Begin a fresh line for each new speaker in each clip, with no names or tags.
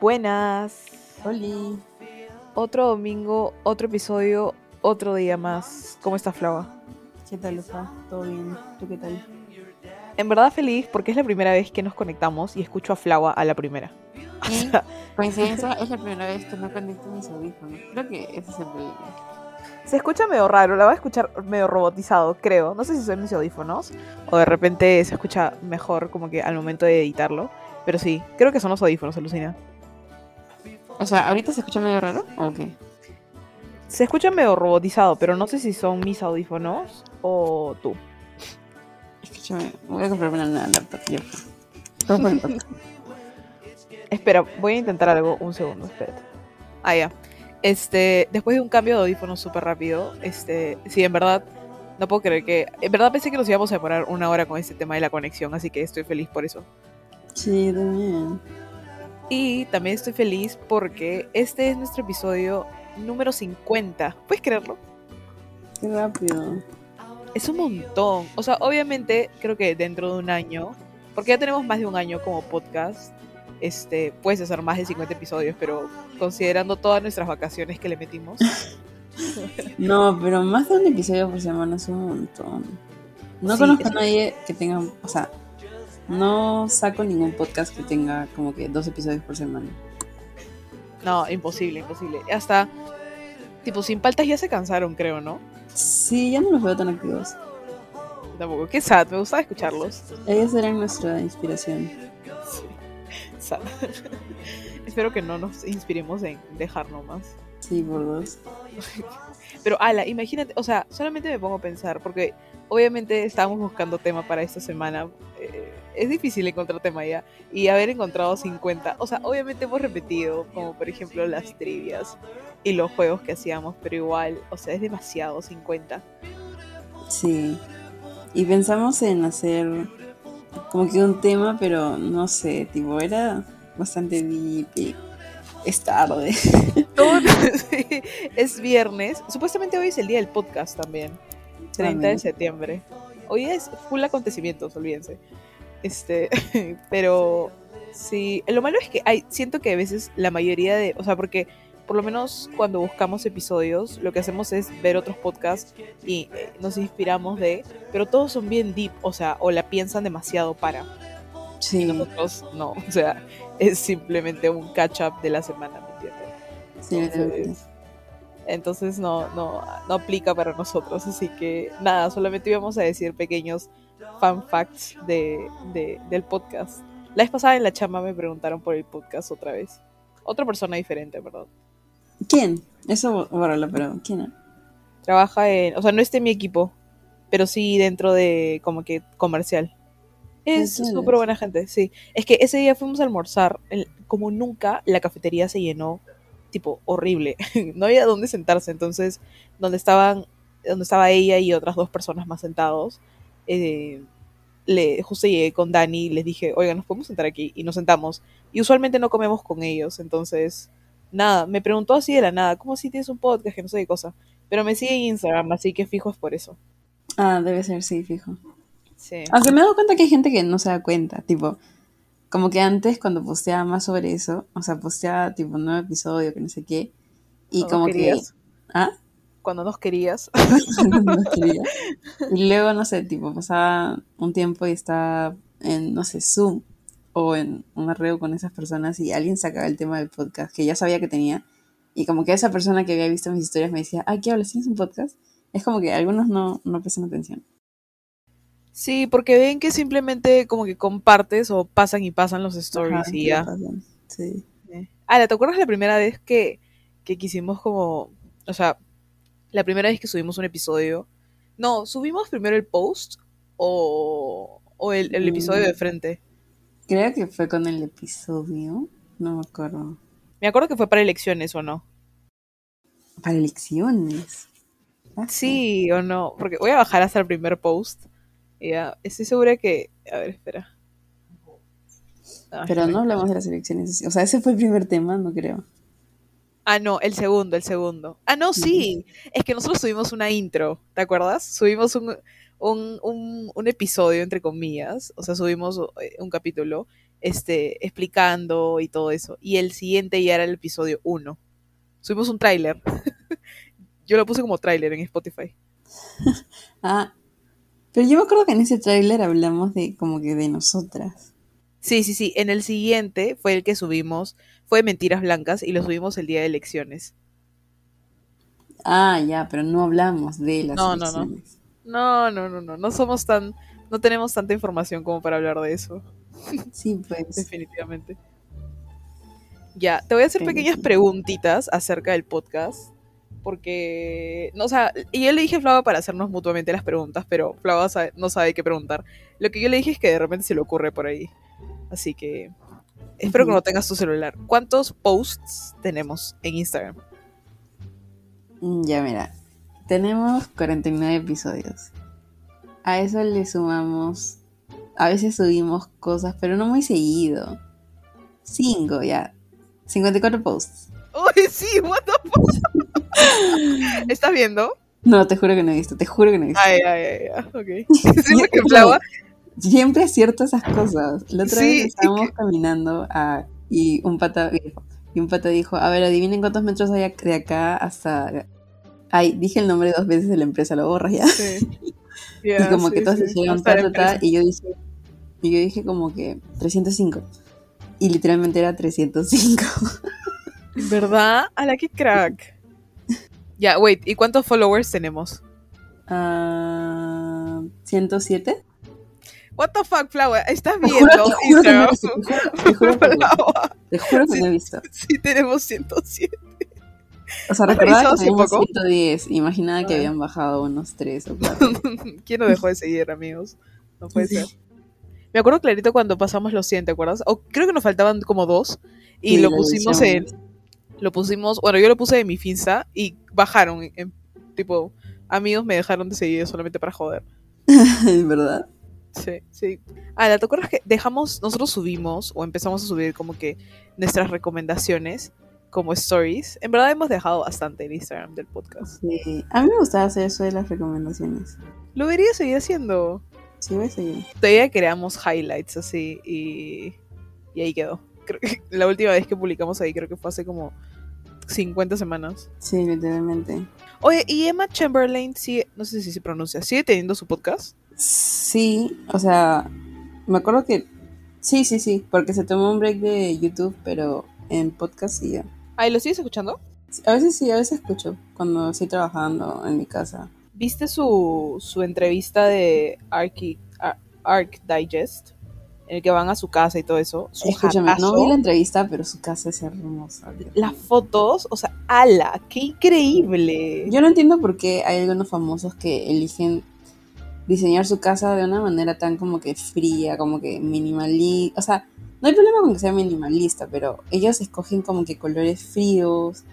Buenas.
Oli.
Otro domingo, otro episodio, otro día más. ¿Cómo estás, Flava?
¿Qué tal, Lufa? ¿Todo bien? ¿Tú qué tal?
En verdad feliz porque es la primera vez que nos conectamos y escucho a Flava a la primera.
¿Y? Coincidencia, Pues es la primera vez que no conecto mis audífonos. Creo que ese es el problema.
Se escucha medio raro, la voy a escuchar medio robotizado, creo. No sé si son mis audífonos o de repente se escucha mejor como que al momento de editarlo. Pero sí, creo que son los audífonos, alucina.
O sea, ¿ahorita se escucha medio raro? ¿O qué?
Se escucha medio robotizado, pero no sé si son mis audífonos o tú.
Escúchame, voy a comprarme una nueva laptop. Yo. Todo por el podcast.
Espera, voy a intentar algo. Un segundo, espérate. Ah, ya. Este, después de un cambio de audífonos súper rápido, este, sí, en verdad, no puedo creer que. En verdad pensé que nos íbamos a demorar una hora con este tema de la conexión, así que estoy feliz por eso.
Sí, también.
Y también estoy feliz porque este es nuestro episodio número 50. ¿Puedes creerlo?
Qué rápido.
Es un montón. O sea, obviamente, creo que dentro de un año, porque ya tenemos más de un año como podcast, este, puedes hacer más de 50 episodios, pero considerando todas nuestras vacaciones que le metimos,
No, pero más de un episodio por semana es un montón. No
Sí,
conozco a
es-
nadie que tenga. O sea, no saco ningún podcast que tenga como que dos episodios por semana.
no, imposible, imposible. Hasta, tipo, sin paltas ya se cansaron, creo, ¿no?
Sí, ya no los veo tan activos.
Tampoco, qué sad, me gustaba escucharlos.
Ellos eran nuestra inspiración.
Sad. Espero que no nos inspiremos en dejar nomás.
Sí, por dos.
Pero, ala, imagínate, o sea, solamente me pongo a pensar, porque obviamente estábamos buscando tema para esta semana. eh, es difícil encontrar tema ya. Y haber encontrado 50. O sea, obviamente hemos repetido, como por ejemplo las trivias y los juegos que hacíamos, pero igual, o sea, es demasiado 50.
Sí. Y pensamos en hacer como que un tema, pero no sé, tipo, era bastante deep y es tarde.
Todo- sí, es viernes. Supuestamente hoy es el día del podcast también. 30 de
También.
septiembre. Hoy es full acontecimientos, olvídense. Este, pero sí, lo malo es que hay, siento que a veces la mayoría de, o sea, porque por lo menos cuando buscamos episodios, lo que hacemos es ver otros podcasts y eh, nos inspiramos de, pero todos son bien deep, o sea, o la piensan demasiado para.
Sí,
Nosotros no, o sea, es simplemente un catch up de la semana, ¿me entiendes?
sí, de verdad.
Entonces no, no, no aplica para nosotros. Así que nada, solamente íbamos a decir pequeños fan facts de, de- del podcast. La vez pasada en la chamba me preguntaron por el podcast otra vez. Otra persona diferente, perdón.
¿Quién? Eso, bórralo, pero ¿quién? era?
Trabaja en, o sea, no está en mi equipo, pero sí dentro de como que comercial. Es
Entiendes.
súper buena gente, sí. Es que ese día fuimos a almorzar, el- como nunca la cafetería se llenó, tipo, horrible. no había dónde sentarse, entonces, donde estaban, donde estaba ella y otras dos personas más sentados, eh, le, justo llegué con Dani y les dije, oigan, nos podemos sentar aquí, y nos sentamos. Y usualmente no comemos con ellos, entonces, nada, me preguntó así de la nada, ¿cómo si tienes un podcast? Que no sé qué cosa. Pero me sigue en Instagram, así que fijo es por eso.
Ah, debe ser, sí, fijo.
Sí.
Aunque Ah, me he dado cuenta que hay gente que no se da cuenta, tipo, como que antes cuando posteaba más sobre eso, o sea, posteaba tipo un nuevo episodio, que no sé qué, y
Cuando
como
querías.
que... ¿Ah?
Cuando nos querías.
No quería. Y luego, no sé, tipo, pasaba un tiempo y estaba en, no sé, Zoom o en un arreo con esas personas y alguien sacaba el tema del podcast que ya sabía que tenía. Y como que esa persona que había visto mis historias me decía, ah, ¿qué hablas? ¿Tienes un podcast? Es como que algunos no, no prestan atención.
Sí, porque ven que simplemente como que compartes o pasan y pasan los stories
Ajá,
y
¿qué
ya.
pasa? Sí.
Ah, ¿te acuerdas la primera vez que, que quisimos como, o sea, la primera vez que subimos un episodio? No, subimos primero el post o, o el, el
Mm.
episodio de frente.
Creo que fue con el episodio, no me acuerdo.
Me acuerdo que fue para elecciones o no.
Para elecciones. Ah,
Sí o no, porque voy a bajar hasta el primer post. y Ya, estoy segura que. A ver, espera. Ah,
Pero
espera.
no hablamos de las elecciones. O sea, ese fue el primer tema, no creo.
Ah, no, el Oh, segundo, el segundo. Ah, no, sí. Es que nosotros subimos una intro, ¿te acuerdas? Subimos un, un, un, un episodio, entre comillas, o sea, subimos eh, un capítulo este, explicando y todo eso. Y el siguiente ya era el episodio 1. Subimos un tráiler. yo lo puse como tráiler en Spotify.
ah, pero yo me acuerdo que en ese tráiler hablamos de como que de nosotras.
Sí, sí, sí. En el siguiente fue el que subimos, fue Mentiras Blancas y lo subimos el día de elecciones.
Ah, ya, pero no hablamos de las
no,
elecciones.
No, no, no, no, no, no, no somos tan, no tenemos tanta información como para hablar de eso.
Sí, pues.
Definitivamente. Ya, te voy a hacer pequeñas preguntitas acerca del podcast. Porque, no, o sea, y yo le dije a Flava para hacernos mutuamente las preguntas, pero Flava sabe, no sabe qué preguntar. Lo que yo le dije es que de repente se le ocurre por ahí. Así que espero que no tengas tu celular. ¿Cuántos posts tenemos en Instagram?
Mm, Ya, mira, tenemos 49 episodios. A eso le sumamos a veces subimos cosas, pero no muy seguido. Cinco ya. 54 posts.
Uy, sí, what the fuck. ¿Estás viendo?
No, te juro que no he visto, te juro que no he visto.
Ay, ay, ay, ay. ok. Siempre que Flava.
Siempre acierto esas cosas. La otra
Sí,
vez estábamos caminando a- y un pata dijo, y un pata dijo, a ver, adivinen cuántos metros hay ac- de acá hasta... Ay, dije el nombre dos veces de la empresa, lo borras ya.
Sí. Ya,
y como
sí,
que todos
sí.
dijeron
Hasta
ta,
la
ta, ta,
empresa.
y yo dije, y yo dije como que 305. Y literalmente era 305.
¿Verdad? A la que crack. Ya, wait, ¿y cuántos followers tenemos?
Ah, 107.
What the fuck, Flower, ¿estás
Te juro,
viendo?
te juro que no he
Instagram?
visto, te juro, te juro que no,
Flower,
te juro que no he visto.
Sí, tenemos 107.
O sea,
¿Has
recordaba
revisado
que
hace
teníamos
poco?
110, imaginaba que
Ah.
habían bajado unos 3 o 4.
¿Quién nos dejó de seguir, amigos? No puede ser. Me acuerdo clarito cuando pasamos los 100, ¿te acuerdas? O creo que nos faltaban como dos. Y
Sí,
lo
lo
pusimos en.
revisamos.
Lo pusimos. Bueno, yo lo puse en mi finza y bajaron. en- en- tipo, amigos me dejaron de seguir solamente para joder.
Es verdad.
Sí, sí. Ahora, ¿te acuerdas que dejamos, nosotros subimos o empezamos a subir como que nuestras recomendaciones como stories? En verdad hemos dejado bastante en Instagram del podcast.
Sí. A mí me gustaba hacer eso de las recomendaciones.
Lo debería seguir haciendo.
Sí, voy a seguir.
Todavía creamos highlights así y, y ahí quedó. Creo que la última vez que publicamos ahí creo que fue hace como 50 semanas.
Sí, literalmente.
Oye, ¿y Emma Chamberlain sigue, no sé si se pronuncia, sigue teniendo su podcast?
Sí, o sea, me acuerdo que. Sí, sí, sí, porque se tomó un break de YouTube, pero en podcast sí ya.
Ah, ¿y lo sigues escuchando?
A veces sí, a veces escucho cuando estoy trabajando en mi casa.
¿Viste su, su entrevista de Arki- Ar- Arc Digest? En el que van a su casa y todo eso. Su
Escúchame, no
jatazo.
vi la entrevista, pero su casa es hermosa.
Las fotos, o sea, ala, qué increíble.
Yo no entiendo por qué hay algunos famosos que eligen diseñar su casa de una manera tan como que fría, como que minimalista. O sea, no hay problema con que sea minimalista, pero ellos escogen como que colores fríos,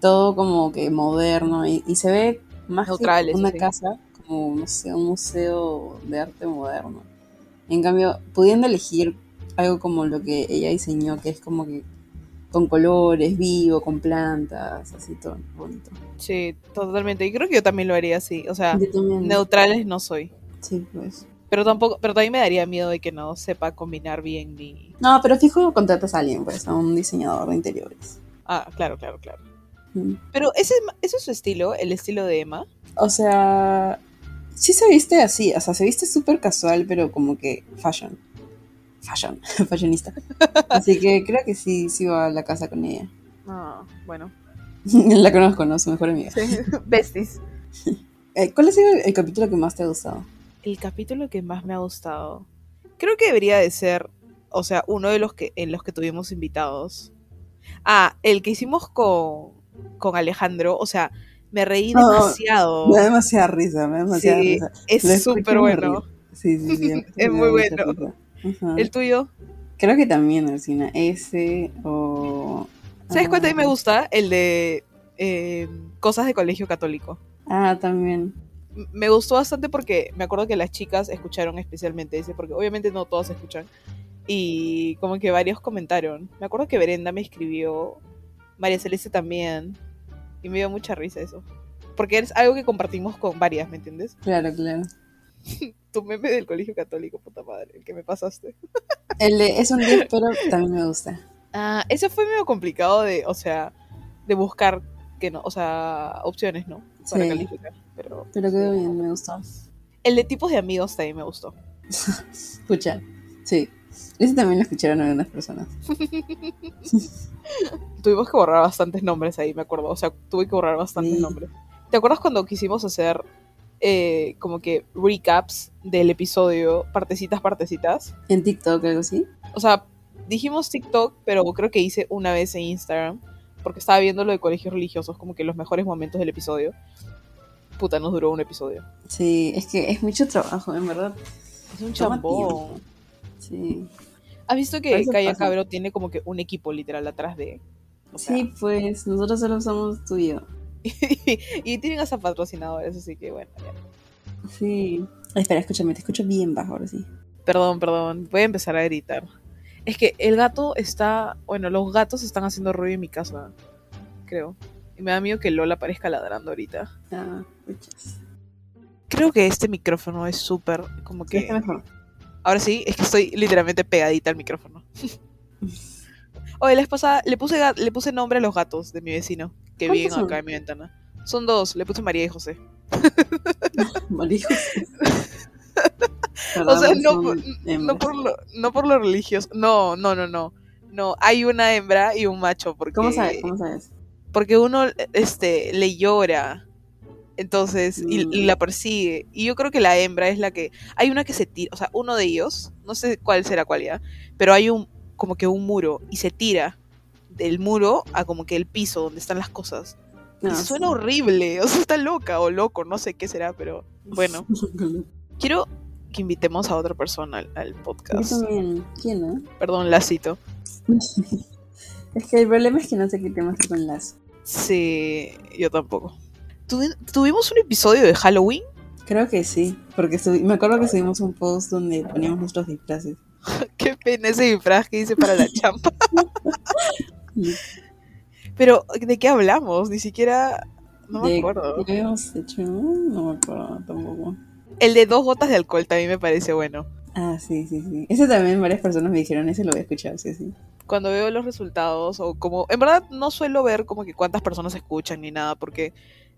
todo como que moderno y, y se ve más
Neutral,
que
eso
una
sí.
casa como no sé, un museo de arte moderno. En cambio, pudiendo elegir algo como lo que ella diseñó, que es como que con colores, vivo, con plantas, así todo bonito.
Sí, totalmente. Y creo que yo también lo haría así. O sea,
Yo también.
neutrales no soy.
Sí, pues.
Pero tampoco, pero también me daría miedo de que no sepa combinar bien mi.
No, pero fijo contratas a alguien, pues, a un diseñador de interiores.
Ah, claro, claro, claro.
Mm.
Pero ese, es ma- ese es su estilo, el estilo de Emma.
O sea, sí se viste así, o sea, se viste súper casual, pero como que fashion. Fashion, fashionista. Así que creo que sí, sí va a la casa con ella.
Ah, bueno.
la conozco, ¿no? Su mejor amiga.
Besties.
Eh, ¿Cuál ha sido el, el capítulo que más te ha gustado?
El capítulo que más me ha gustado. Creo que debería de ser, o sea, uno de los que en los que tuvimos invitados. Ah, el que hicimos con, con Alejandro, o sea, me reí
No,
demasiado.
Me da demasiada risa, me da demasiada
Oh. Sí,
risa. Lo
es
escucho y
súper
me
bueno.
río. Sí, sí, sí. a mí
Es
me
muy
da mucha
bueno.
risa. Ajá.
El tuyo.
Creo que también, Alcina. Ese o.
¿Sabes cuál también me
ah,
gusta? El de eh, cosas de colegio católico.
Ah, también.
M- Me gustó bastante porque me acuerdo que las chicas escucharon especialmente ese, porque obviamente no todas escuchan. Y como que varios comentaron. Me acuerdo que Brenda me escribió, María Celeste también. Y me dio mucha risa eso. Porque es algo que compartimos con varias, ¿me entiendes?
Claro, claro.
tu meme del colegio católico, puta madre, el que me pasaste.
El de es un 10, pero también me gusta.
Ah, ese fue medio complicado de, o sea, de buscar que no, o sea, opciones, ¿no? Para
Sí.
calificar. Pero
Pero quedó bien, me gustó.
el de tipos de amigos también me gustó.
Escucha, sí. Ese también lo escucharon algunas personas.
Tuvimos que borrar bastantes nombres ahí, me acuerdo. O sea, tuve que borrar bastantes
Sí.
nombres. ¿Te acuerdas cuando quisimos hacer eh, como que recaps del episodio, partecitas, partecitas?
En TikTok, algo así.
O sea, dijimos TikTok, pero creo que hice una vez en Instagram, porque estaba viendo lo de colegios religiosos, como que los mejores momentos del episodio. Puta, nos duró un episodio.
Sí, es que es mucho trabajo, en verdad.
Es un
Toma
chambón.
tiempo. Sí.
¿Has visto
Por
que
eso
Kaya
pasa.
Cabro tiene como que un equipo literal atrás de... o sea,
Sí, pues nosotros solo somos tú y yo.
y tienen hasta patrocinadores, así que bueno. ya.
Sí. Ay, espera, escúchame, te escucho bien bajo ahora sí.
Perdón, perdón, voy a empezar a gritar. Es que el gato está, bueno, los gatos están haciendo ruido en mi casa, creo. Y me da miedo que Lola parezca ladrando ahorita.
Ah, escuchas.
Creo que este micrófono es súper, como
Sí,
que...
está mejor.
Ahora sí, es que estoy literalmente pegadita al micrófono. Oye, la esposa, le puse, ga- le puse nombre a los gatos de mi vecino, que
¿Cuántos
viven
son?
acá en mi ventana. Son dos, le puse María y José.
Morí.
O sea,
Perdón,
no,
son
por-
hembras.
no por lo, no por lo religioso. No, no, no, no. No, hay una hembra y un macho, porque,
¿Cómo sabes? ¿Cómo sabes?
porque uno este, le llora. Entonces, y, y
Mm.
la persigue. Y yo creo que la hembra es la que. Hay una que se tira. O sea, uno de ellos, no sé cuál será cuál ya, pero hay un como que un muro y se tira del muro a como que el piso donde están las cosas. Y
No,
suena
Ah, sí.
horrible. O sea, está loca o loco, no sé qué será, pero bueno. Quiero que invitemos a otra persona al, al
Yo
podcast.
también. ¿Quién, no?
Perdón, Lacito.
Es que el problema es que no sé qué tema hacer con las.
Sí, yo tampoco. Tuvi- tuvimos un episodio de Halloween.
Creo que sí, porque subi- me acuerdo que subimos un post donde poníamos nuestros disfraces.
Qué pena ese disfraz que hice para la champa.
Y
Pero, ¿de qué hablamos? Ni siquiera. No me
de-
acuerdo.
¿qué habíamos hecho? No me acuerdo tampoco.
El de dos gotas de alcohol también me parece bueno.
Ah, sí, sí, sí. Ese también varias personas me dijeron, ese lo voy a escuchar, sí, sí.
Cuando veo los resultados o como... En verdad no suelo ver como que cuántas personas escuchan ni nada porque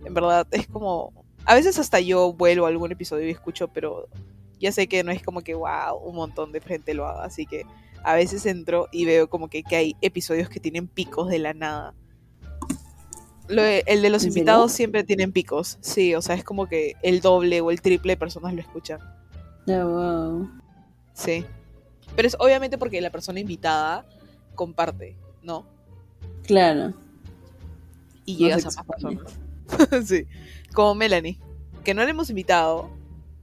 en verdad es como... A veces hasta yo vuelvo a algún episodio y escucho, pero ya sé que no es como que, wow, un montón de gente lo haga. Así que a veces entro y veo como que, que hay episodios que tienen picos de la nada. Lo de- el de los
¿En serio?
invitados siempre tienen picos. Sí, o sea, es como que el doble o el triple de personas lo escuchan.
Ya, wow.
Sí. Pero es obviamente porque la persona invitada comparte, ¿no?
Claro.
Y
Nos
llegas a más
expone.
personas. sí. Como Melanie, que no la hemos invitado,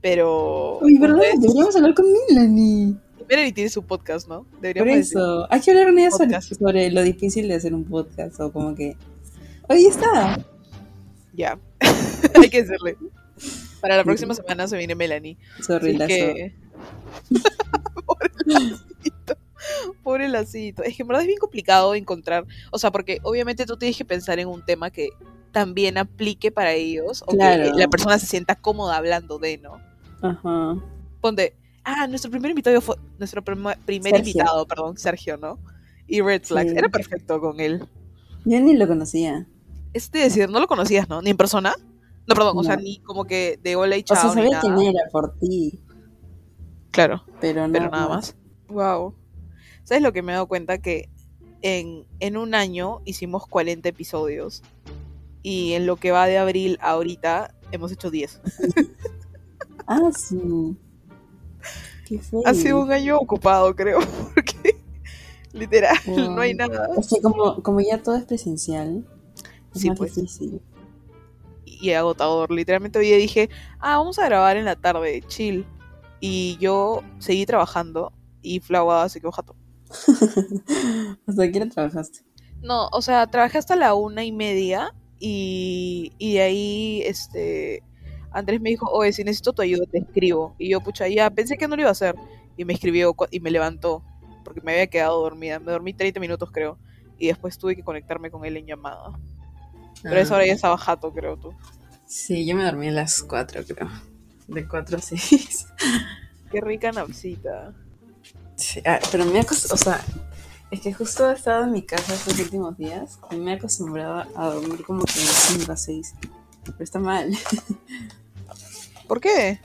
pero.
Uy, ¿verdad?
Ustedes-
Deberíamos hablar con Melanie.
Melanie tiene su podcast, ¿no?
Por
Deberíamos decir.
eso, hay que hablar con ella sobre,
Podcast.
sobre lo difícil de hacer un podcast o como que... Hoy está.
Ya. Hay que decirle. Para la próxima semana se viene Melanie.
Sorry,
Así
lazo.
que- Pobre lacito. Pobre lacito. Es que en verdad es bien complicado encontrar. O sea, porque obviamente tú tienes que pensar en un tema que también aplique para ellos. O
Claro.
que eh, la persona se sienta cómoda hablando de, ¿no?
Ajá.
Ponte. Ah, nuestro primer invitado fue. Nuestro prima- primer
Sergio.
invitado, perdón, Sergio, ¿no? Y Red Flags.
Sí.
Era perfecto con él.
Yo ni lo conocía.
Este decir, no lo conocías, ¿no? Ni en persona. No, perdón, o sea,
No.
ni como que de hola y
O
chao.
sea,
ni
sabía
nada.
quién era por ti,
Claro.
pero no
pero nada más. Wow. ¿Sabes lo que me he dado cuenta? Que en, en un año hicimos 40 episodios y en lo que va de abril a ahorita hemos hecho 10.
Ah, sí. Qué feo.
Ha sido un año ocupado, creo, porque literal no hay
Wow.
nada.
Es que como, como ya todo es presencial, es
Sí,
más
pues.
difícil.
Y agotador. Literalmente hoy día dije, ah, vamos a grabar en la tarde, chill. Y yo seguí trabajando y Flau se quedó jato.
¿Hasta qué hora trabajaste?
No, o sea, trabajé hasta la una y media y, y de ahí, este, Andrés me dijo, oye, si necesito tu ayuda, te escribo. Y yo, pucha, ya pensé que no lo iba a hacer. Y me escribió cua- y me levantó porque me había quedado dormida. Me dormí 30 minutos, creo. Y después tuve que conectarme con él en llamada.
Ah.
Pero a esa hora ya estaba jato, creo tú.
Sí, yo me dormí a las 4, creo. De 4 a 6.
Qué rica napsita.
Sí, ah, pero me acostumbrado, o sea, es que justo he estado en mi casa estos últimos días y me he acostumbrado a dormir como que de 5 a 6. Pero está mal.
¿Por qué?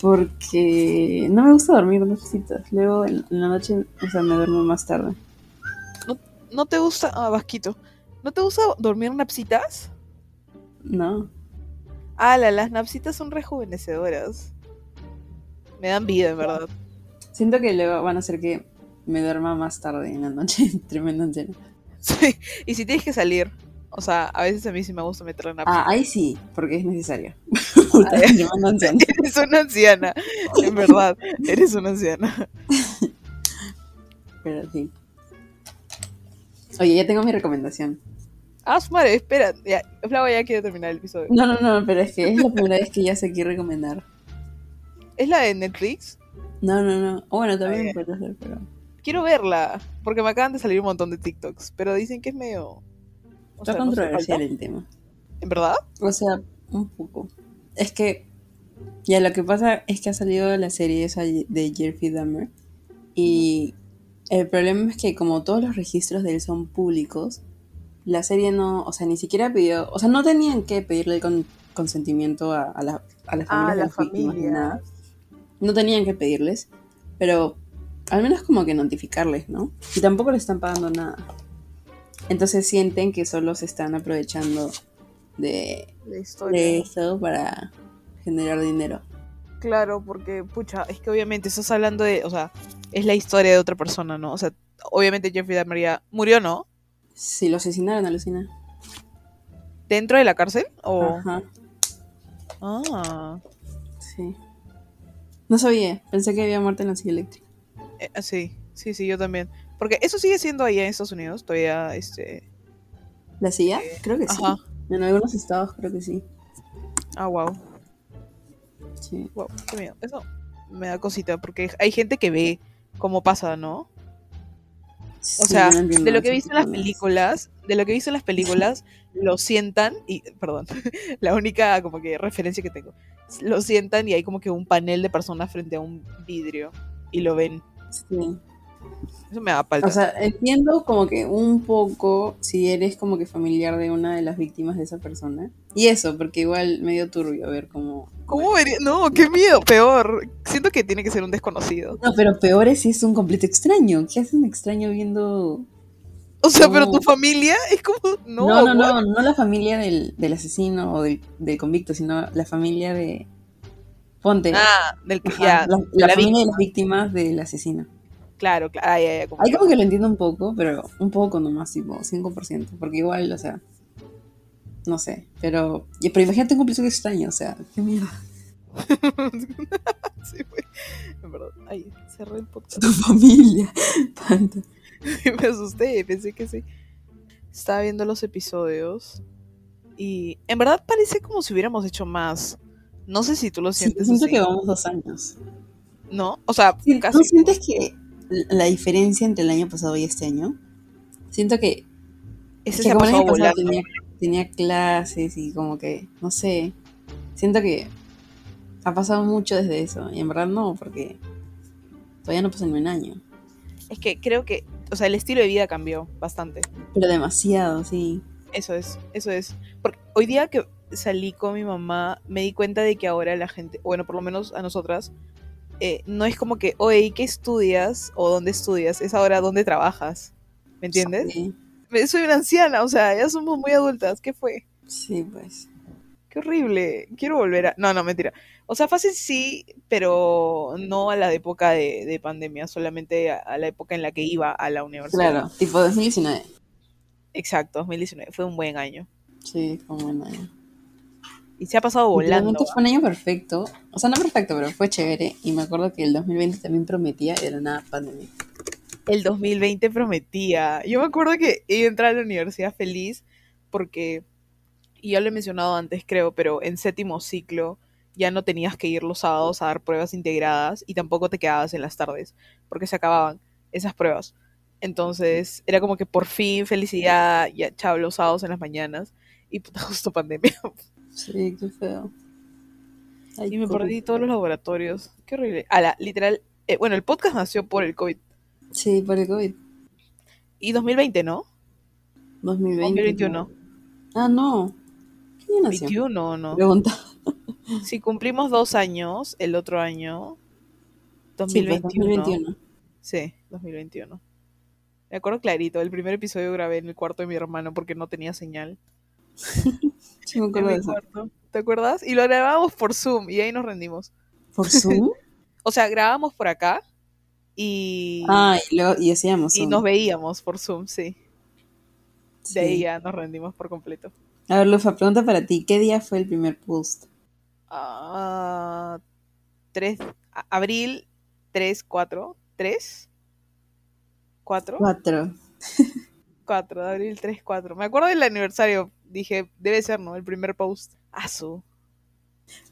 Porque no me gusta dormir nochecitas. Luego en en la noche, o sea, me duermo más tarde.
¿No te gusta. Ah, Vasquito. ¿No te gusta dormir napsitas?
No.
Ah, las napsitas son rejuvenecedoras. Me dan vida, en verdad.
Siento que luego van a hacer que me duerma más tarde en la noche. Tremendo lleno.
Sí, y si tienes que salir, o sea, a veces a mí sí me gusta meter la
Ah, ahí sí, porque es necesario. Puta, tremendo anciano.
Eres una anciana, en verdad, eres una anciana.
Pero sí. Oye, ya tengo mi recomendación.
Ah, su madre, espera, ya, Flava ya quiere terminar el episodio.
No, no, no, pero es que es la primera vez que ya sé qué recomendar.
¿Es la de Netflix?
No, no, no. Oh, bueno, también
Oye.
me puedes hacer, pero.
Quiero verla, porque me acaban de salir un montón de TikToks, pero dicen que es medio... o
Está
sea, no sé,
controversial
falta.
el tema.
¿En verdad?
O sea, un poco. Es que. Ya, lo que pasa es que ha salido la serie esa de Jeffrey Dahmer. Y el problema es que, como todos los registros de él son públicos, la serie no. O sea, ni siquiera pidió. O sea, no tenían que pedirle el con- consentimiento a, a, la, a las familias de
Ah, la
las víctimas ni
familia.
nada. No tenían que pedirles. Pero al menos como que notificarles, ¿no? Y tampoco le están pagando nada. Entonces sienten que solo se están aprovechando de
La
de eso para generar dinero.
Claro, porque, pucha, es que obviamente estás hablando de, o sea, es la historia de otra persona, ¿no? O sea, obviamente Jeffrey Dahmer ya murió, ¿no?
Si lo asesinaron, alucina.
¿Dentro de la cárcel? O...
Ajá,
Ah,
sí. No sabía, pensé que había muerto en la silla eléctrica.
eh, ah, sí, sí, sí, yo también. Porque eso sigue siendo ahí en Estados Unidos, todavía, este...
¿La silla? Creo que sí.
Ajá.
En algunos estados creo que sí.
Ah, wow,
Sí,
wow, qué miedo. Eso me da cosita, porque hay gente que ve cómo pasa, ¿no? O
Sí,
sea,
no entiendo
de lo que he
esas
visto en las
personas.
películas, de lo que he visto en las películas, lo sientan y, perdón, la única como que referencia que tengo, lo sientan y hay como que un panel de personas frente a un vidrio y lo ven.
Sí.
Eso me da palta.
O sea, entiendo como que un poco si eres como que familiar de una de las víctimas de esa persona. Y eso, porque igual medio turbio ver cómo...
¿Cómo vería? No, qué miedo, peor. Siento que tiene que ser un desconocido.
No, pero peor es si es un completo extraño. ¿Qué hace un extraño viendo
O sea, pero
No.
tu familia es como, no,
Uh. No, no,
what?
no, no la familia del, del asesino o del, del convicto, sino la familia de. Ponte.
Ah, del que
ajá,
ya,
la,
de
la
la
familia
víctima.
de las víctimas del asesino.
Claro, claro, ah, ya, ya, como
Ahí
que-
como que lo entiendo un poco, pero un poco nomás, tipo, 5%. Porque igual, o sea. No sé, pero. y- Pero imagínate un completo extraño, o sea, qué mierda.
Sí, güey. En verdad. Ay, cerré el podcast.
Tu familia. Panta.
Y me asusté, pensé que sí. Estaba viendo los episodios y en verdad parece como si hubiéramos hecho más. No sé si tú lo
Sí,
sientes
siento
así,
que vamos dos años.
¿no? O sea,
Sí,
casi.
¿No sientes que la- la diferencia entre el año pasado y este año? Siento que
Ese
que
se ha
como el
pasado
año pasado
volando.
tenía, tenía clases y como que, no sé, siento que ha pasado mucho desde eso. Y en verdad no, porque todavía no pasó ni un año.
Es que creo que, o sea, el estilo de vida cambió bastante.
Pero demasiado, sí.
Eso es, eso es. Porque hoy día que salí con mi mamá, me di cuenta de que ahora la gente, bueno, por lo menos a nosotras, eh, no es como que, oye, ¿qué estudias? O ¿dónde estudias? Es ahora dónde trabajas. ¿Me entiendes?
Sí,
Me- soy una anciana, o sea, ya somos muy adultas, ¿qué fue?
sí, pues.
Qué horrible, quiero volver a... No, no, mentira. O sea, fácil sí, pero no a la época de, de pandemia, solamente a, a la época en la que iba a la universidad.
Claro, tipo 2019.
Exacto, 2019, fue un buen año.
Sí, fue un buen año.
Y se ha pasado volando. ¿ah?
Literalmente fue un año perfecto. O sea, no perfecto, pero fue chévere. Y me acuerdo que el 2020 también prometía y era nada pandemia.
El 2020 prometía. Yo me acuerdo que iba a entrar a la universidad feliz porque, y ya lo he mencionado antes creo, pero en séptimo ciclo ya no tenías que ir los sábados a dar pruebas integradas y tampoco te quedabas en las tardes porque se acababan esas pruebas. Entonces era como que por fin felicidad, ya chao los sábados en las mañanas y puta, justo pandemia.
Sí, qué feo. Ay,
Y me
COVID.
perdí todos los laboratorios. Qué horrible. A la, literal. eh, bueno, el podcast nació por el COVID.
Sí, por el COVID.
Y 2020, ¿no?
2020.
2021.
Ah, no. ¿Qué año nació?
21, ¿no?
Pregunta.
Si cumplimos dos años el otro año.
Sí, pues,
2021.
2021.
Sí, 2021. Me acuerdo clarito, el primer episodio grabé en el cuarto de mi hermano porque no tenía señal.
Sí, me
En
acuerdo de
mi
eso.
cuarto, ¿Te acuerdas? Y lo grabamos por Zoom y ahí nos rendimos.
¿Por Zoom?
O sea, grabamos por acá y,
Ah, y, luego, y hacíamos
y
Zoom.
nos veíamos por Zoom, sí.
Sí.
De ahí ya nos rendimos por completo.
A ver, Lufa, pregunta para ti. ¿Qué día fue el primer post?
Ah, tres, a- abril 3, 4, 3, 4,
Cuatro.
4, de abril 3, 4. Me acuerdo del aniversario, dije, debe ser, ¿no? El primer post. Asu.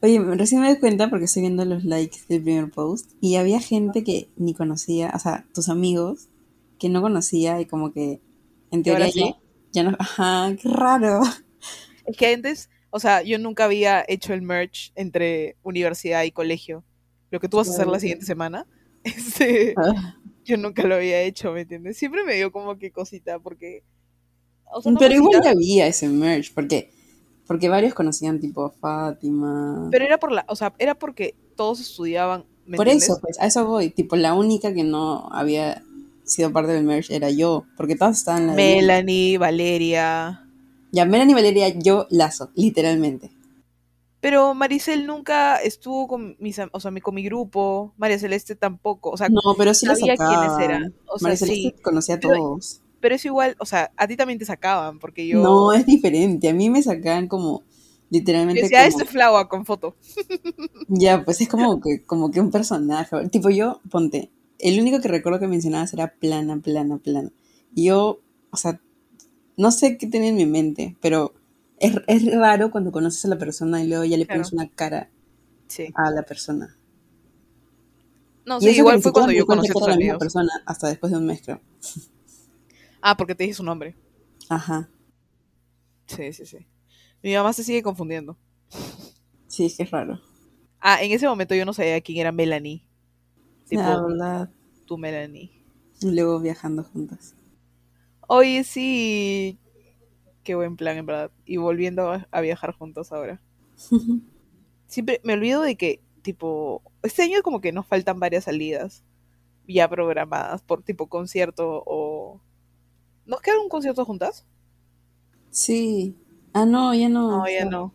Oye, recién me doy cuenta porque estoy viendo los likes del primer post y había gente que ni conocía, o sea, tus amigos que no conocía y como que en
¿Y ahora
teoría ya,
sí?
ya no... Ajá, qué raro.
Es que antes, o sea, yo nunca había hecho el merge entre universidad y colegio. Lo que tú vas a hacer
Claro.
la siguiente semana, este,
Ah,
yo nunca lo había hecho, ¿me entiendes? Siempre me dio como que cosita, porque... o sea, no
Pero igual
cosita,
ya había ese merge porque, porque varios conocían tipo a Fátima.
Pero era por la, o sea, era porque todos estudiaban, ¿me
Por
entiendes?
eso, pues, a eso voy. Tipo, la única que no había sido parte del merge era yo, porque todas estaban en la de Lima.
Melanie, Valeria.
Ya, Melanie Valeria, yo lazo, literalmente.
Pero Maricel nunca estuvo con mis, am- o sea, mi- con mi grupo. María Celeste tampoco, o sea,
No, pero sí la
sabía
sacaba.
quiénes eran. O sea,
Maricel
sí,
conocía a
pero-
todos.
pero es igual, o sea, a ti también te sacaban, porque yo
No, es diferente. A mí me sacaban como,
yo
literalmente,
decía,
como,
este flagua con foto.
ya, pues es como que, como que un personaje. Tipo, yo, ponte, el único que recuerdo que mencionabas era plana, plana, plana. Y Yo, o sea, no sé qué tenía en mi mente, pero es, es raro cuando conoces a la persona y luego ya le
Claro.
pones una cara
Sí.
a la persona.
No,
y
sí,
eso que
igual
ni
fue
siquiera
cuando
me
yo
di cuenta
conocí a
que
tus
era la misma
amigos.
persona hasta después de un mes, creo.
Ah, porque te dije su nombre.
Ajá.
Sí, sí, sí. Mi mamá se sigue confundiendo.
Sí, es que es raro.
Ah, en ese momento yo no sabía quién era Melanie. Tipo,
La verdad.
tú Melanie.
Luego viajando juntas.
Oye, sí. Qué buen plan, en verdad. Y volviendo a, a viajar juntos ahora. Siempre me olvido de que, tipo, este año como que nos faltan varias salidas ya programadas por tipo concierto o... ¿Nos queda un concierto juntas?
Sí. Ah, no, ya no.
No, ya no.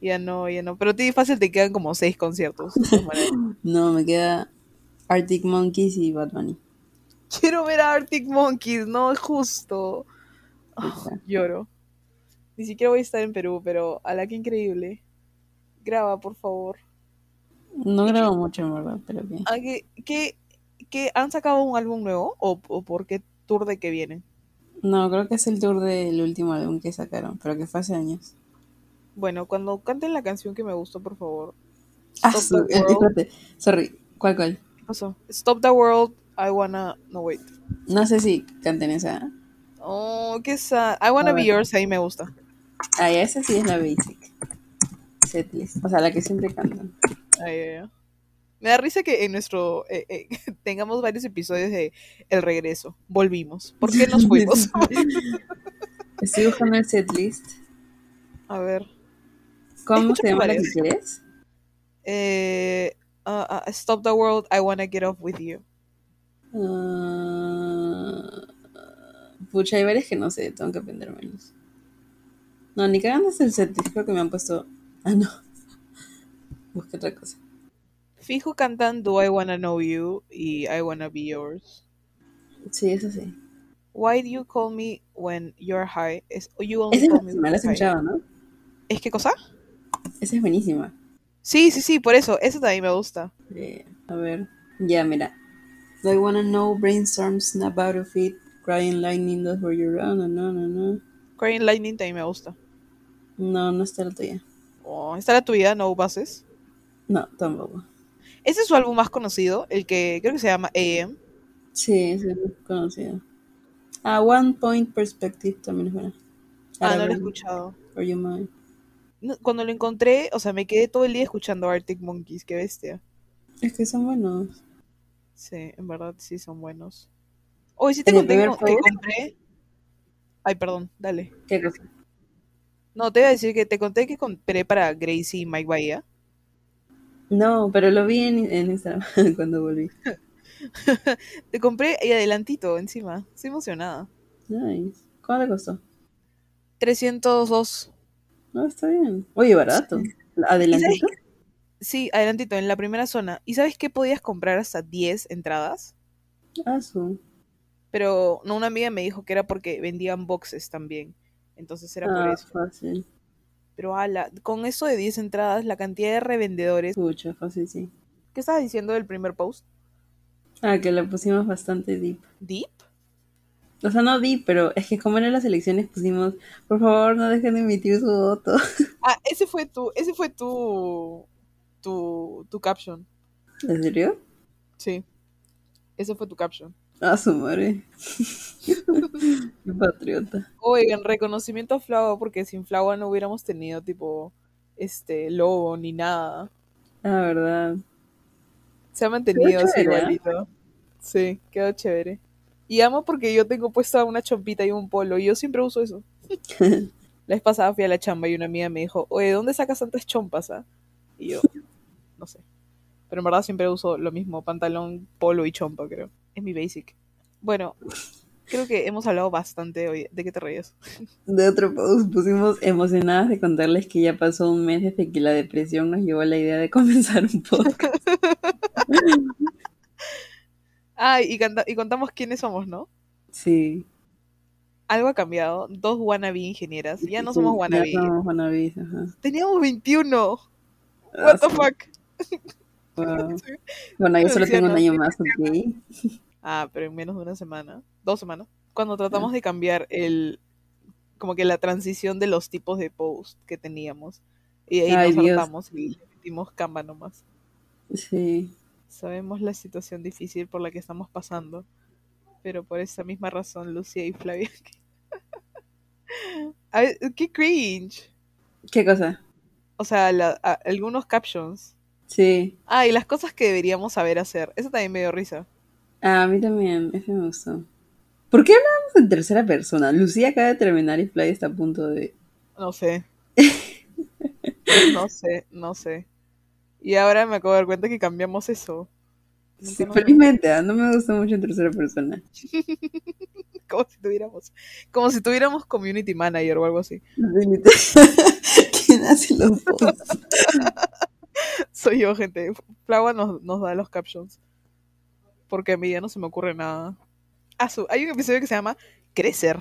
Ya no, ya no. Pero a ti fácil te quedan como seis conciertos.
No, me queda Arctic Monkeys y Bad Bunny.
Quiero ver a Arctic Monkeys, no es justo. Ah.
Pucha.
Lloro. Ni siquiera voy a estar en Perú, pero a la que increíble. Graba, por favor.
No grabo mucho, en verdad, pero bien.
Ah, ¿Qué, qué, qué- han sacado un álbum nuevo? ¿O, o por qué tour de que vienen?
No, creo que es el tour del último álbum que sacaron, pero que fue hace años.
Bueno, cuando canten la canción que me gustó, por favor.
Ah,
Stop
su-
the
eh,
World.
espérate. Sorry. ¿Cuál, cuál?
¿Qué pasó? Stop the World, I wanna. No, wait.
No sé si canten esa.
Oh, qué sad. I wanna
A
be
ver.
yours, ahí me gusta.
Ah, ya, esa sí es la basic. Setlist. O sea, la que siempre cantan.
Ay, ay, ay. Me da risa que en nuestro eh, eh, tengamos varios episodios de El regreso. Volvimos. ¿Por qué nos fuimos?
Estoy buscando el setlist.
A ver.
¿Cómo
Escucha
se llama la que
varias.
quieres?
Eh, ah, ah, Stop the World, I Wanna Get Off With You.
Ah, pucha, hay varias que no sé, tengo que aprender menos. No, ni cagando es el setlist, creo que me han puesto. Ah, no. Busqué otra cosa.
Fijo cantan Do I Wanna Know You y I Wanna Be Yours.
Sí, eso sí.
Why do you call me when you're high? Es, you only
Esa es
call me when
buenísima, la
you're
has
high.
escuchado, ¿no?
¿Es qué cosa?
Esa es buenísima.
Sí, sí, sí, por eso. Eso también me gusta.
Eh, a ver. Ya, mira. Do I wanna know, brainstorm, snap out of it, crying lightning, that's where you're at, no, no, no, no.
Crying Lightning también me gusta.
No, no está la tuya.
Oh, ¿Está la tuya? No bases.
No, tampoco.
Ese es su álbum más conocido, el que creo que se llama AM.
Sí, es conocido. Ah, One Point Perspective también es buena.
Ah, no lo he
Aragorn,
escuchado.
Are You Mine?
no, cuando lo encontré, o sea, me quedé todo el día escuchando Arctic Monkeys, qué bestia.
Es que son buenos.
Sí, en verdad sí son buenos. Hoy sí te conté que, que compré. Ay, perdón, dale.
¿Qué cosa?
No, te iba a decir que te conté que compré para Gracie y Mike Bahía.
No, pero lo vi en, en Instagram cuando volví.
te compré y adelantito encima. Estoy emocionada.
Nice. ¿Cuánto costó?
302.
No, está bien. Oye, barato. ¿Adelantito?
Sí, adelantito, en la primera zona. ¿Y sabes qué podías comprar hasta 10 entradas?
Ah, su.
Pero no, una amiga me dijo que era porque vendían boxes también. Entonces era por
Ah,
eso.
fácil.
Pero ala, con eso de 10 entradas, la cantidad de revendedores.
Escucha, fácil, sí.
¿Qué estabas diciendo del primer post?
Ah, que la pusimos bastante deep.
¿Deep?
O sea, no deep, pero es que como eran las elecciones pusimos, por favor, no dejen de emitir su voto.
Ah, ese fue tu, ese fue tu, tu, tu caption.
¿En serio?
Sí. Ese fue tu caption.
Ah, su madre. Qué patriota.
Oigan, reconocimiento a Flava, porque sin Flava no hubiéramos tenido, tipo, este, lobo ni nada.
La verdad.
Se ha mantenido así
chévere, ¿eh?
igualito. Sí, quedó chévere. Y amo porque yo tengo puesta una chompita y un polo, y yo siempre uso eso. La vez pasada fui a la chamba y una amiga me dijo, oye, ¿dónde sacas tantas chompas, ah?" Y yo, no sé. Pero en verdad siempre uso lo mismo, pantalón, polo y chompa, creo. Es mi basic. Bueno, creo que hemos hablado bastante hoy. ¿De qué te reías?
De otro post pusimos emocionadas de contarles que ya pasó un mes desde que la depresión nos llevó a la idea de comenzar un podcast.
Ah, y, canta- y contamos quiénes somos, ¿no?
Sí.
Algo ha cambiado. Dos wannabe ingenieras. Ya no somos
Sí,
wannabe.
Ya somos wannabes, ajá.
Teníamos 21. What the
Ah, sí,
fuck.
wow. Bueno, yo solo tengo un año más, ok.
Ah, pero en menos de una semana. Dos semanas. Cuando tratamos de cambiar el... Como que la transición de los tipos de post que teníamos. Y ahí
Ay,
nos
Dios.
hartamos y le metimos camba nomás.
Sí.
Sabemos la situación difícil por la que estamos pasando. Pero por esa misma razón, Lucia y Flavia. Ay, ¡Qué cringe!
¿Qué cosa?
O sea, la- a- algunos captions.
Sí.
Ah, y las cosas que deberíamos saber hacer. Eso también me dio risa.
Ah, a mí también, ese me gustó. ¿Por qué hablábamos en tercera persona? Lucía acaba de terminar y Fly está a punto de...
No sé. No sé, no sé. Y ahora me acabo de dar cuenta que cambiamos eso. Nunca
Sí,
nos-
felizmente, ah, no me gustó mucho en tercera persona.
Como si tuviéramos, como si tuviéramos community manager o algo así.
¿Quién hace los posts?
Soy yo, gente. Flava nos, nos da los captions. Porque a mí ya no se me ocurre nada. Ah, su- hay un episodio que se llama Crecer.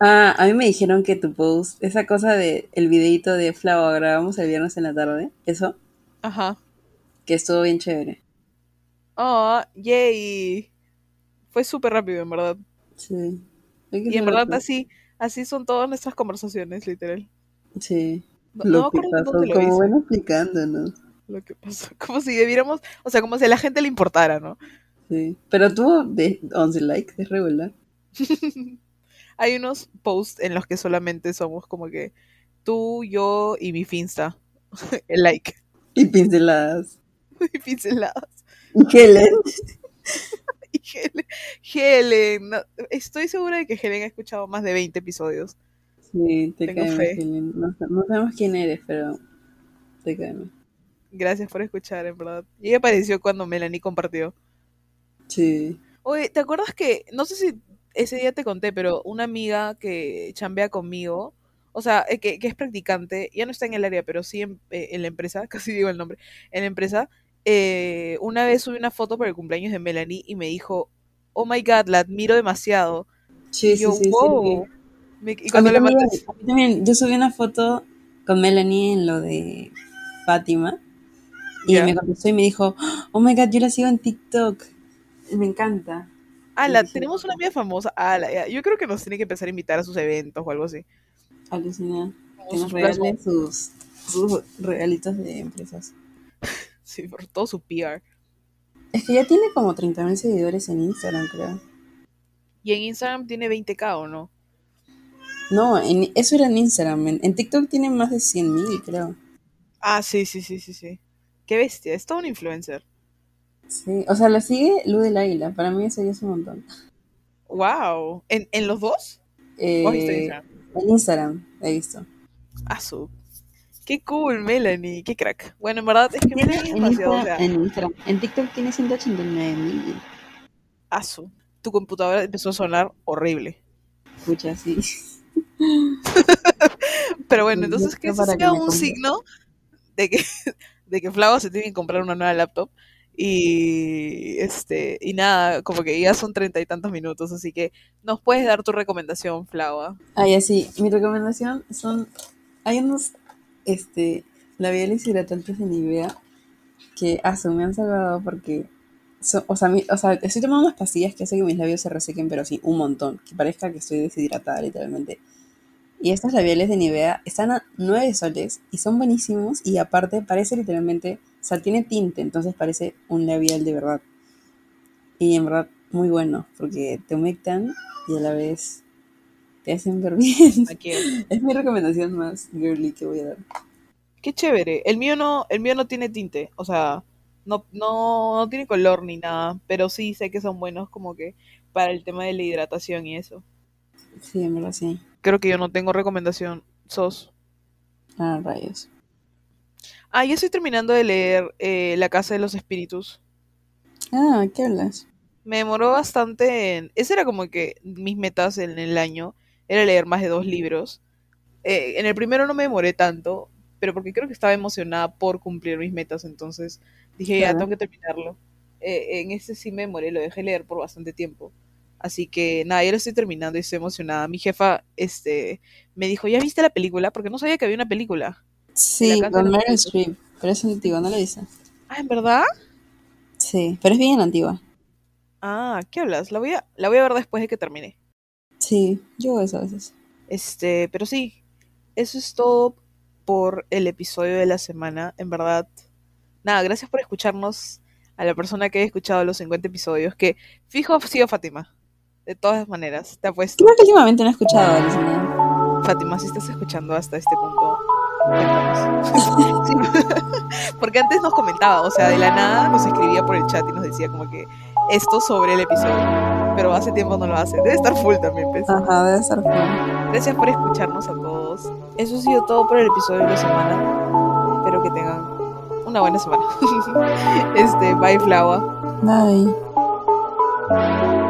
Ah, a mí me dijeron que tu post, esa cosa de el videito de Flau, grabamos el viernes en la tarde, eso,
Ajá.
que estuvo bien chévere.
Oh, yay. Fue súper rápido, en verdad.
Sí. Hay que
Y en
hacerlo.
verdad así, así son todas nuestras conversaciones, literal.
Sí.
No, no me
Lo que
acuerdo
pasó,
dónde lo
como
hice,
bueno explicándonos.
lo que pasó. Como si debiéramos, o sea, como si a la gente le importara, ¿no?
Sí. Pero tuvo de 11 likes, es regular.
Hay unos posts en los que solamente somos como que tú, yo y mi finsta. El like.
Y pinceladas.
Y pinceladas.
¿Y qué le
Y Helen. Helen, no, estoy segura de que Helen ha escuchado más de 20 episodios.
Sí, te
Tengo
cae
fe.
Helen. No, sa- no sabemos quién eres, pero te cae mal.
Gracias por escuchar, en verdad. Y ella apareció cuando Melanie compartió.
Sí.
Oye, ¿te acuerdas que, no sé si ese día te conté, pero una amiga que chambea conmigo, o sea, eh, que, que es practicante, ya no está en el área, pero sí en, eh, en la empresa, casi digo el nombre, en la empresa, eh, una vez subí una foto para el cumpleaños de Melanie y me dijo, oh my god, la admiro demasiado.
Sí,
y yo,
sí, sí, sí,
wow. Me- y
A mí,
cuando le
también,
mandé,
a mí también, yo subí una foto con Melanie en lo de Fátima y
Ya.
me contestó y me dijo, oh my god, yo la sigo en TikTok. Me encanta.
ala,
dije,
"Ah, tenemos una amiga famosa, ala, ya, yo creo que nos tiene que empezar a invitar a sus eventos o algo así.
Alucina.
como
Que nos
sus plas-
regalen sus, sus regalitos de empresas.
sí, por todo su PR.
Es que ya tiene como 30.000 seguidores en Instagram, creo.
Y en Instagram tiene 20k o no.
No, en, eso era en Instagram. En, en TikTok tiene más de 100.000, creo.
Ah, sí, sí, sí, sí, sí. Qué bestia, es todo un influencer.
Sí, o sea, la sigue Luz del Águila. Para mí eso ya es un montón.
Wow. ¿En, en los dos?
Eh,
¿O has visto Instagram?
En Instagram, he visto.
Ah, su. Qué cool, Melanie, qué crack. Bueno, en verdad es que Melanie es
En,
demasiado, o
Instagram,
sea,
en Instagram. En TikTok tiene 189.000.
ah, su. Tu computadora empezó a sonar horrible.
Escucha, sí.
Pero bueno,
Yo
entonces que
creo
eso
para que
sea
me
un
compre.
signo de que, de que Flavo se tiene que comprar una nueva laptop. Y este, y nada, como que ya son treinta y tantos minutos, así que nos puedes dar tu recomendación, Flava.
Ah, ya sí. Mi recomendación son. Hay unos este, labiales hidratantes de Nivea que asu, me han salvado porque. so- o, sea, mi- o sea, estoy tomando unas pastillas que hacen que mis labios se resequen, pero sí, un montón. Que parezca que estoy deshidratada, literalmente. Y estos labiales de Nivea están a 9 soles y son buenísimos. Y aparte, parece literalmente. O sea, tiene tinte, entonces parece un labial de verdad. Y en verdad, muy bueno, porque te humectan y a la vez te hacen ver bien.
Aquí.
Es mi recomendación más girly que voy a dar.
Qué chévere. El mío no, el mío no tiene tinte, o sea, no, no, no tiene color ni nada, pero sí sé que son buenos como que para el tema de la hidratación y eso.
Sí, en verdad sí.
Creo que yo no tengo recomendación, sos.
Ah, rayos.
Ah, yo estoy terminando de leer eh, La Casa de los Espíritus.
Ah, ¿qué hablas?
Me demoró bastante en... Esa era como que mis metas en el año, era leer más de dos libros. Eh, en el primero no me demoré tanto, pero porque creo que estaba emocionada por cumplir mis metas, entonces dije, ya,
Claro.
tengo que terminarlo. Eh, en este sí me demoré, lo dejé leer por bastante tiempo. Así que nada, ya lo estoy terminando y estoy emocionada. Mi jefa este, me dijo, ¿ya viste la película? Porque no sabía que había una película.
Sí,
casa de
con
los
Meryl
espíritus.
Streep. Pero es antigua, ¿no lo dice?
Ah, ¿en verdad?
Sí, pero es bien antigua.
Ah, ¿qué hablas? La voy a, la voy a ver después de que termine.
Sí, yo hago eso a veces.
Este, pero sí, eso es todo por el episodio de la semana. En verdad, nada, gracias por escucharnos a la persona que haya escuchado los 50 episodios, que fijo ha sido Fátima. De todas maneras, te apuesto.
Creo que últimamente no he escuchado a Alice en Wonderland.
Fátima, si estás escuchando hasta este punto, cuéntanos. Sí, porque antes nos comentaba, o sea, de la nada nos escribía por el chat y nos decía como que esto sobre el episodio. Pero hace tiempo no lo hace. Debe estar full también, pues.
Ajá, debe ser fuera.
Gracias por escucharnos a todos. Eso ha sido todo por el episodio de la semana. Espero que tengan una buena semana. este, bye Flava.
Bye.